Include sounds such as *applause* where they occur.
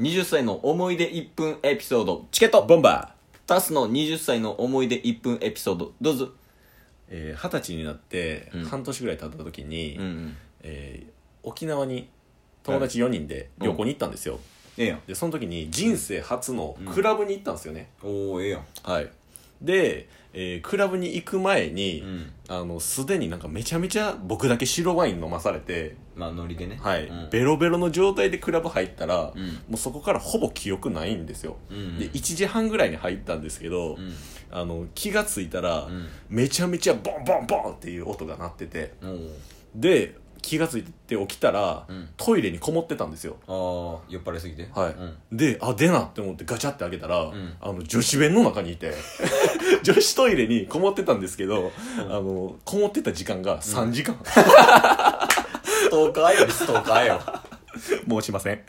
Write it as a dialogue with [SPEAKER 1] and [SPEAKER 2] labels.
[SPEAKER 1] 20歳の思い出1分エピソード
[SPEAKER 2] チケットボンバー
[SPEAKER 1] タスの20歳の思い出1分エピソードどうぞ
[SPEAKER 2] えー二十、歳になって
[SPEAKER 1] うん
[SPEAKER 2] 半年ぐらい経った時に、
[SPEAKER 1] ん
[SPEAKER 2] えー沖縄に友達4人で旅行に行ったんですよ、
[SPEAKER 1] ええやん
[SPEAKER 2] でその時に人生初のクラブに行ったんですよね、
[SPEAKER 1] おおええやん
[SPEAKER 2] はいで、えークラブに行く前に、
[SPEAKER 1] うん
[SPEAKER 2] あのすでになんかめちゃめちゃ僕だけ白ワイン飲まされて、
[SPEAKER 1] まあノリでね
[SPEAKER 2] はい
[SPEAKER 1] うん
[SPEAKER 2] ベロベロの状態でクラブ入ったら、
[SPEAKER 1] うん
[SPEAKER 2] もうそこからほぼ記憶ないんですよ、
[SPEAKER 1] うん
[SPEAKER 2] で1時半ぐらいに入ったんですけ
[SPEAKER 1] う
[SPEAKER 2] ど、
[SPEAKER 1] ん
[SPEAKER 2] あの気がついたら、
[SPEAKER 1] ん
[SPEAKER 2] めちゃめちゃボンボンボンっていう音が鳴ってて
[SPEAKER 1] おー
[SPEAKER 2] で気がついて起きたら、
[SPEAKER 1] うん
[SPEAKER 2] トイレにこもってたんですよ
[SPEAKER 1] ああ酔っ払いすぎて
[SPEAKER 2] はい、
[SPEAKER 1] うん
[SPEAKER 2] であ出なって思ってガチャって開けたら、
[SPEAKER 1] ん
[SPEAKER 2] あの女子弁の中に
[SPEAKER 1] *laughs*
[SPEAKER 2] いて女子トイレにこもってたんですけど、あのこもってた時間が3時間、
[SPEAKER 1] *laughs* ストーカーよストーカーよ
[SPEAKER 2] もうしません